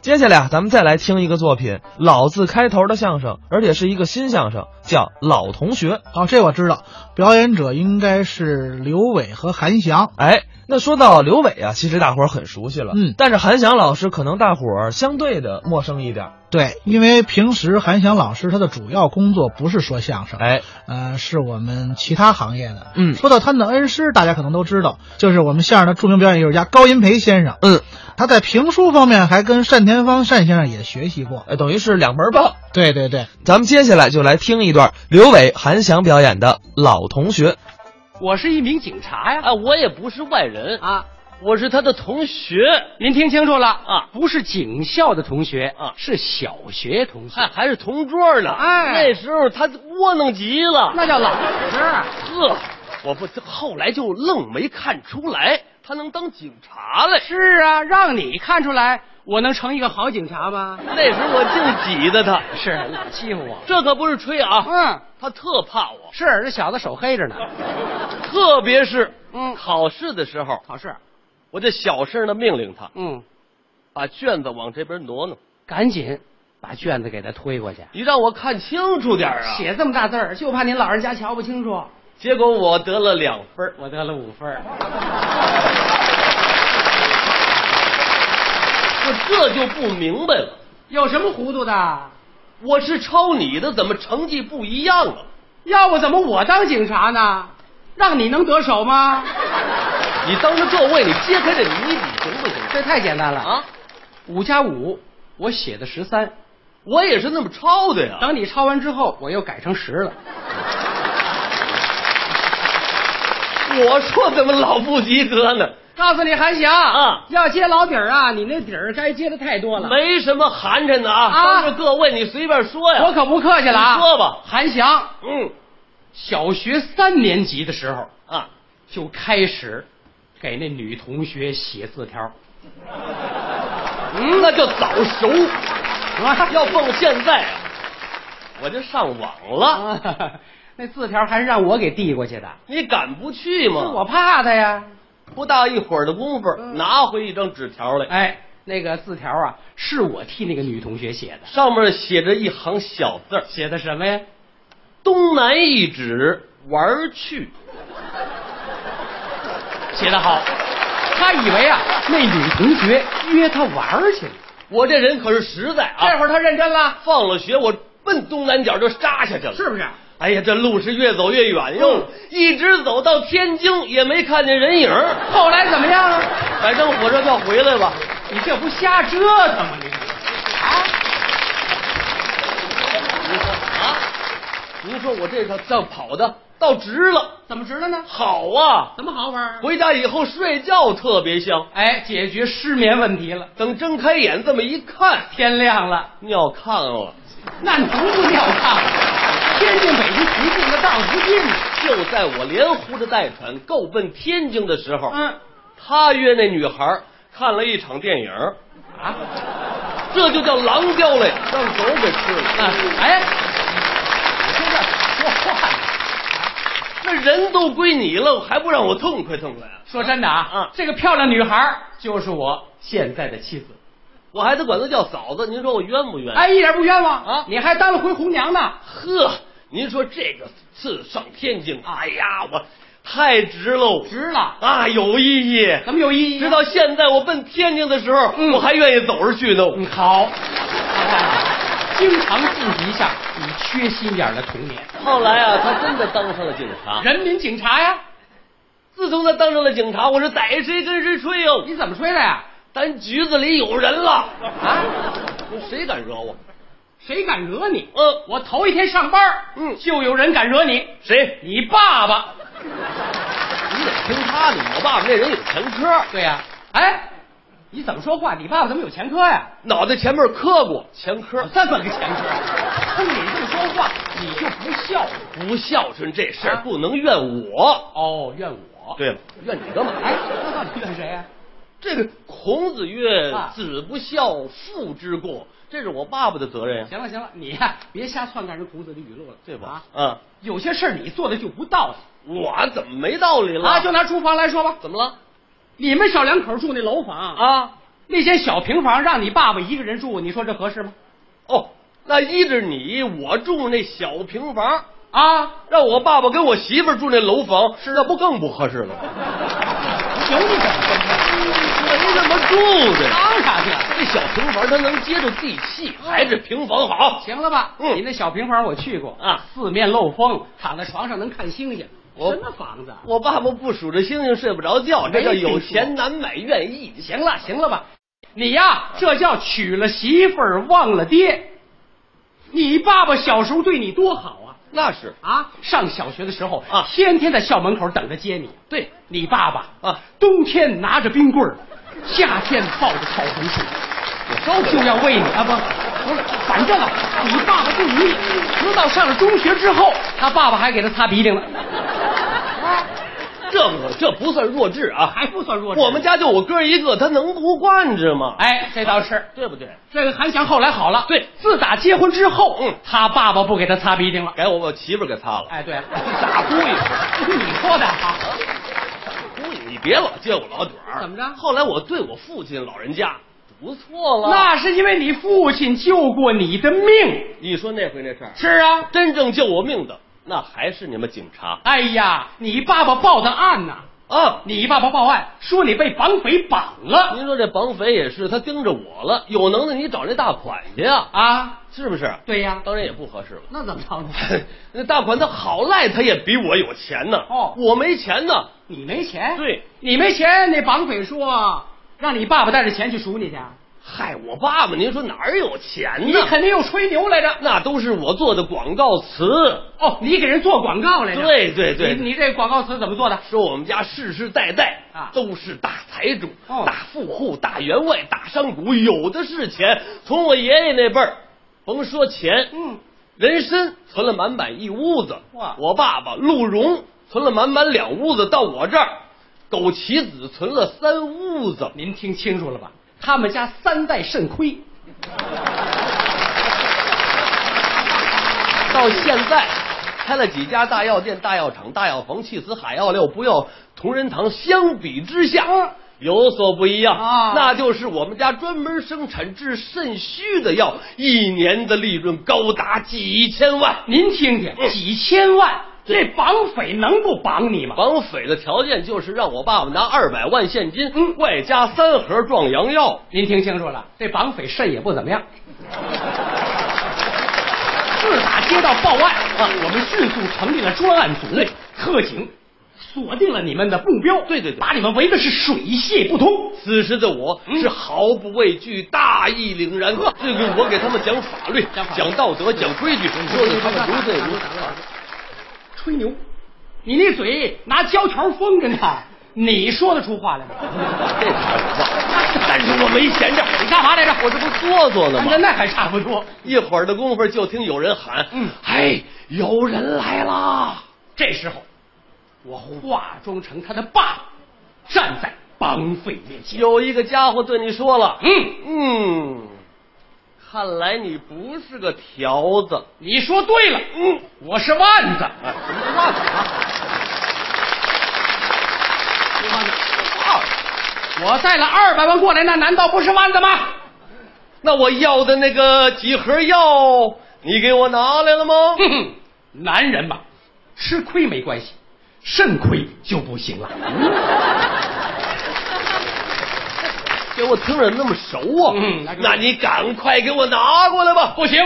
接下来啊，咱们再来听一个作品“老”字开头的相声，而且是一个新相声，叫《老同学》。哦，这我知道，表演者应该是刘伟和韩翔。哎，那说到刘伟啊，其实大伙儿很熟悉了，嗯但是韩翔老师可能大伙儿相对的陌生一点儿。对，因为平时韩翔老师他的主要工作不是说相声，哎，呃，是我们其他行业的。嗯说到他的恩师，大家可能都知道，就是我们相声的著名表演艺术家高银培先生。嗯，他在评书方面还跟单田芳单先生也学习过。哎，等于是两门儿报。对对对，咱们接下来就来听一段刘伟、韩翔表演的《老同学》。我是一名警察呀，啊，我也不是外人啊，啊，我是他的同学。您听清楚了啊不是警校的同学啊是小学同学还，还是同桌呢，哎那时候他窝囊极了，那叫老实。呵，我不，后来就愣没看出来他能当警察嘞。是啊，让你看出来，我能成一个好警察吗？那时候我净挤得他，是欺负我？这可不是吹啊，嗯，他特怕我，是这小子手黑着呢。特别是嗯考试的时候，考试，我这小声的命令他嗯，把卷子往这边挪挪，赶紧把卷子给他推过去。你让我看清楚点儿啊。写这么大字儿，就怕您老人家瞧不清楚。结果我得了两分儿我得了五分儿， 我这就不明白了，有什么糊涂的？我是抄你的，怎么成绩不一样啊？要不怎么我当警察呢？让你能得手吗？ 你当着各位，你揭开这谜底行不行这太简单了！啊？五加五，我写的十三，我也是那么抄的呀。等你抄完之后，我又改成十了。 我说怎么老不及格呢？告诉你，韩翔啊要揭老底儿啊，你那底儿该揭的太多了。没什么寒碜的啊，啊当着各位你随便说呀。我可不客气了啊！你说吧韩翔，嗯小学三年级的时候啊，就开始给那女同学写字条， 嗯，那就早熟。啊要蹦现在啊，我就上网了。啊， 那字条还是让我给递过去的，你赶不去吗？我怕他呀。不大一会儿的功夫，嗯拿回一张纸条来，哎，那个字条啊，是我替那个女同学写的，上面写着一行小字儿写的什么呀？：“东南一指玩儿去。写得好。他以为啊，那女同学约他玩儿去了。”我这人可是实在啊！这会儿他认真了，放了学，我奔东南角就杀下去了，是不是？嗯哎呀，这路是越走越远哟，一直走到天津也没看见人影儿。后来怎么样啊？反正火车票回来吧，你这不瞎折腾吗？你啊！您说我这趟这跑的到值了，怎么值的呢？好啊！怎么好法？回家以后睡觉特别香，哎，解决失眠问题了。等睁开眼这么一看，天亮了，尿炕了。那能不尿炕吗？天津北京附近的道附近呢。就在我连呼着带喘够奔天津的时候，嗯，他约那女孩看了一场电影，啊，这就叫狼叼来，让狗给吃了。啊，哎，你现在说话呢？ 那人都归你了，还不让我痛快痛快啊？说真的啊，嗯这个漂亮女孩儿就是我现在的妻子。我还得管她叫嫂子，您说我冤不冤？哎，，一点不冤枉嗯啊你还当了回红娘呢。呵，您说这个次上天津，哎呀，我太值喽，值了，啊，有意义。怎么有意义？啊直到现在，我奔天津的时候，嗯我还愿意走着去呢。嗯好， 经常顾及一下你缺心眼儿的童年。后来啊，他真的当上了警察。人民警察呀，自从他当上了警察，我是逮谁跟谁吹哦。你怎么吹的呀？咱局子里有人了，啊，谁敢惹我？谁敢惹你？嗯，我头一天上班儿，嗯就有人敢惹你，谁？你爸爸。你得听他的。我爸爸那人有前科，对呀、哎，你怎么说话？你爸爸怎么有前科呀？脑袋前面磕过前科有。这么个前科，冲你这么说话，你就不孝顺。不孝顺这事儿啊不能怨我。哦，怨我。对了，怨你干嘛哎，呀？那到底怨谁啊呀、这个孔子曰啊：“子不孝，父之过。”这是我爸爸的责任呀。行了行了，你呀、别瞎篡改人孔子的语录了，对吧啊？？嗯，有些事儿你做的就不道我怎么没道理理了？啊！就拿厨房来说吧，怎么了？你们小两口住那楼房，啊，那间小平房让你爸爸一个人住，你说这合适吗？哦，那依着你，我住那小平房，啊，让我爸爸跟我媳妇儿住那楼房，是那不更不合适了？有你怎么没那么住的。当然了，嗯这小平房它能接住地气，还是平房好。行了吧？嗯你那小平房我去过啊四面漏风，躺在床上能看星星，我什么房子啊？我爸爸不数着星星睡不着觉，这叫没听有说钱难买愿意。行了，行了吧？你呀，这叫娶了媳妇儿忘了爹。你爸爸小时候对你多好啊！那是啊，上小学的时候啊天天在校门口等着接你。对你爸爸啊，冬天拿着冰棍儿，夏天抱着烤红薯，我我就要喂你啊不，不是，反正啊，你爸爸对你，直到上了中学之后，他爸爸还给他擦鼻涕呢，这我这不算弱智啊，还不算弱智。我们家就我哥一个，他能不惯着吗？哎，这倒是。对不对？这个韩翔后来好了，对，自打结婚之后，嗯，他爸爸不给他擦鼻涕了。改我把媳妇儿给擦了。哎，对，大姑爷， 你说的啊，哎姑爷，你别老揭我老底儿。怎么着后来我对我父亲老人家不错了。那是因为你父亲救过你的命。你说那回那事儿，是啊，真正救我命的，那还是你们警察哎呀，你爸爸报的案呐、啊！你爸爸报案说你被绑匪绑了您说这绑匪也是，他盯着我了，有能耐你找那大款去呀、啊？是不是？对呀，当然也不合适了。 那怎么着呢？ 那大款他好赖，他也比我有钱呢。哦我没钱呢。你没钱？对，你没钱，那绑匪说让你爸爸带着钱去赎你去，啊嗨，我爸爸，您说哪儿有钱你呢？肯定又吹牛来着。那都是我做的广告词。哦，你给人做广告来着？对对对，哎你你这广告词怎么做的？说我们家世世代代啊都是大财主、哦大富户、大员外、大商贾，有的是钱。从我爷爷那辈儿，甭说钱，嗯，人参存了满满一屋子。哇我爸爸陆荣存了满满两屋子，到我这儿，枸杞子存了三屋子。您听清楚了吧？他们家三代肾亏，到现在，开了几家大药店、大药厂、大药房、气死海药六不要同仁堂，相比之下。有所不一样啊那就是我们家专门生产治肾虚的药，一年的利润高达几千万。您听听，嗯几千万，这对绑匪能不绑你吗？绑匪的条件就是让我爸爸拿二百万现金，嗯外加三盒壮阳药。您听清楚了，这绑匪肾也不怎么样。自打接到报案啊，我们迅速成立了专案组，特警锁定了你们的目标，对对对把你们围的是水泄不通。此时的我嗯是毫不畏惧，大义凛然。这个我给他们讲法律讲法，律讲道德，讲规矩，说的他们如罪如罚。吹牛，你那嘴拿胶条封着呢，你说得出 话来吗？这谈不上，但是我没闲着，你干嘛来着？我这不做作呢跟吗？啊那还差不多。一会儿的功夫就听有人喊：“嗯哎，有人来啦这时候，我化妆成他的爸，站在绑匪面！”前。有一个家伙对你说了嗯：“，嗯，看来你不是个条子。你说对了，嗯，我是腕子。哎，什么话啊？哦我带了二百万过来，那难道不是腕子吗？那我要的那个几盒药，你给我拿来了吗？哼哼，男人嘛，吃亏没关系，肾亏就不行了。嗯这我听着那么熟啊。嗯那就那你赶快给我拿过来吧。不行，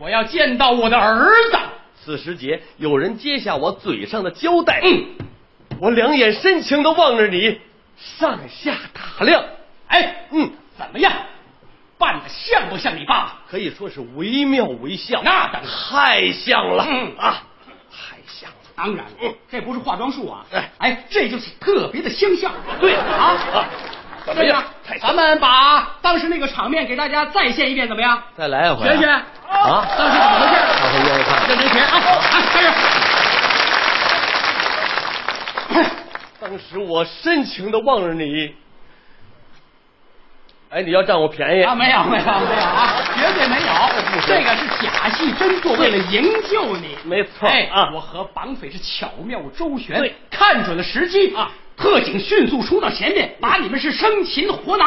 我要见到我的儿子。此时节，有人揭下我嘴上的胶带，嗯，我两眼深情的望着你，上下打量，哎，嗯，怎么样？扮的像不像你爸爸？可以说是惟妙惟肖，那当然太像了、嗯啊，太像了。当然了嗯，这不是化妆术啊哎，哎，这就是特别的相像。对啊哎啊，怎么样这太样像咱们把当时那个场面给大家再现一遍，怎么样？再来一回、学学啊当哦时怎么回事？我愿意看。认真学啊！啊，开始。当时我深情的望着你，哎，你要占我便宜啊，没有没有没有啊，绝对没有不，是这个是假戏真做，为了营救你，没错哎啊我和绑匪是巧妙周旋对，看准了时机啊，特警迅速冲到前面，把你们是生擒活拿。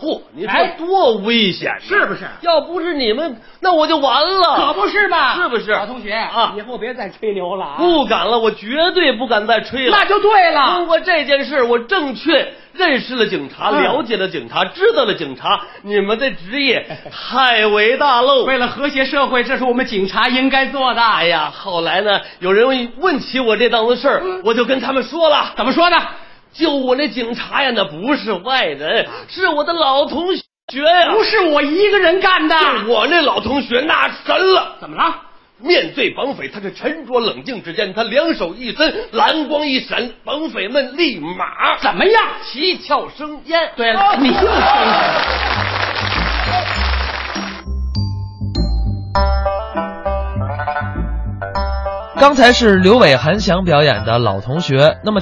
嚯， 你哎说多危险呐、是不是要不是你们，那我就完可了。不是嘛！是不是老同学啊以后别再吹牛了啊！不敢了，我绝对不敢再吹了。那就对通了。过这件事，我正确认识了警察，嗯了解了警察，知道了警察。你们的职业太伟大喽！为了和谐社会，这是我们警察应该做的。哎呀，后来呢，有人问起我这档子事儿，嗯我就跟他们说了。怎么说呢？就我那警察呀，那不是外人，是我的老同学呀。啊不是我一个人干的。就我那老同学，那神了。怎么了？面对绑匪，他是沉着冷静之间，他两手一伸，蓝光一闪，绑匪们立马怎么样？七窍生烟。对了，你又吹 牛。刚才是刘伟、韩翔表演的《老同学》，那么。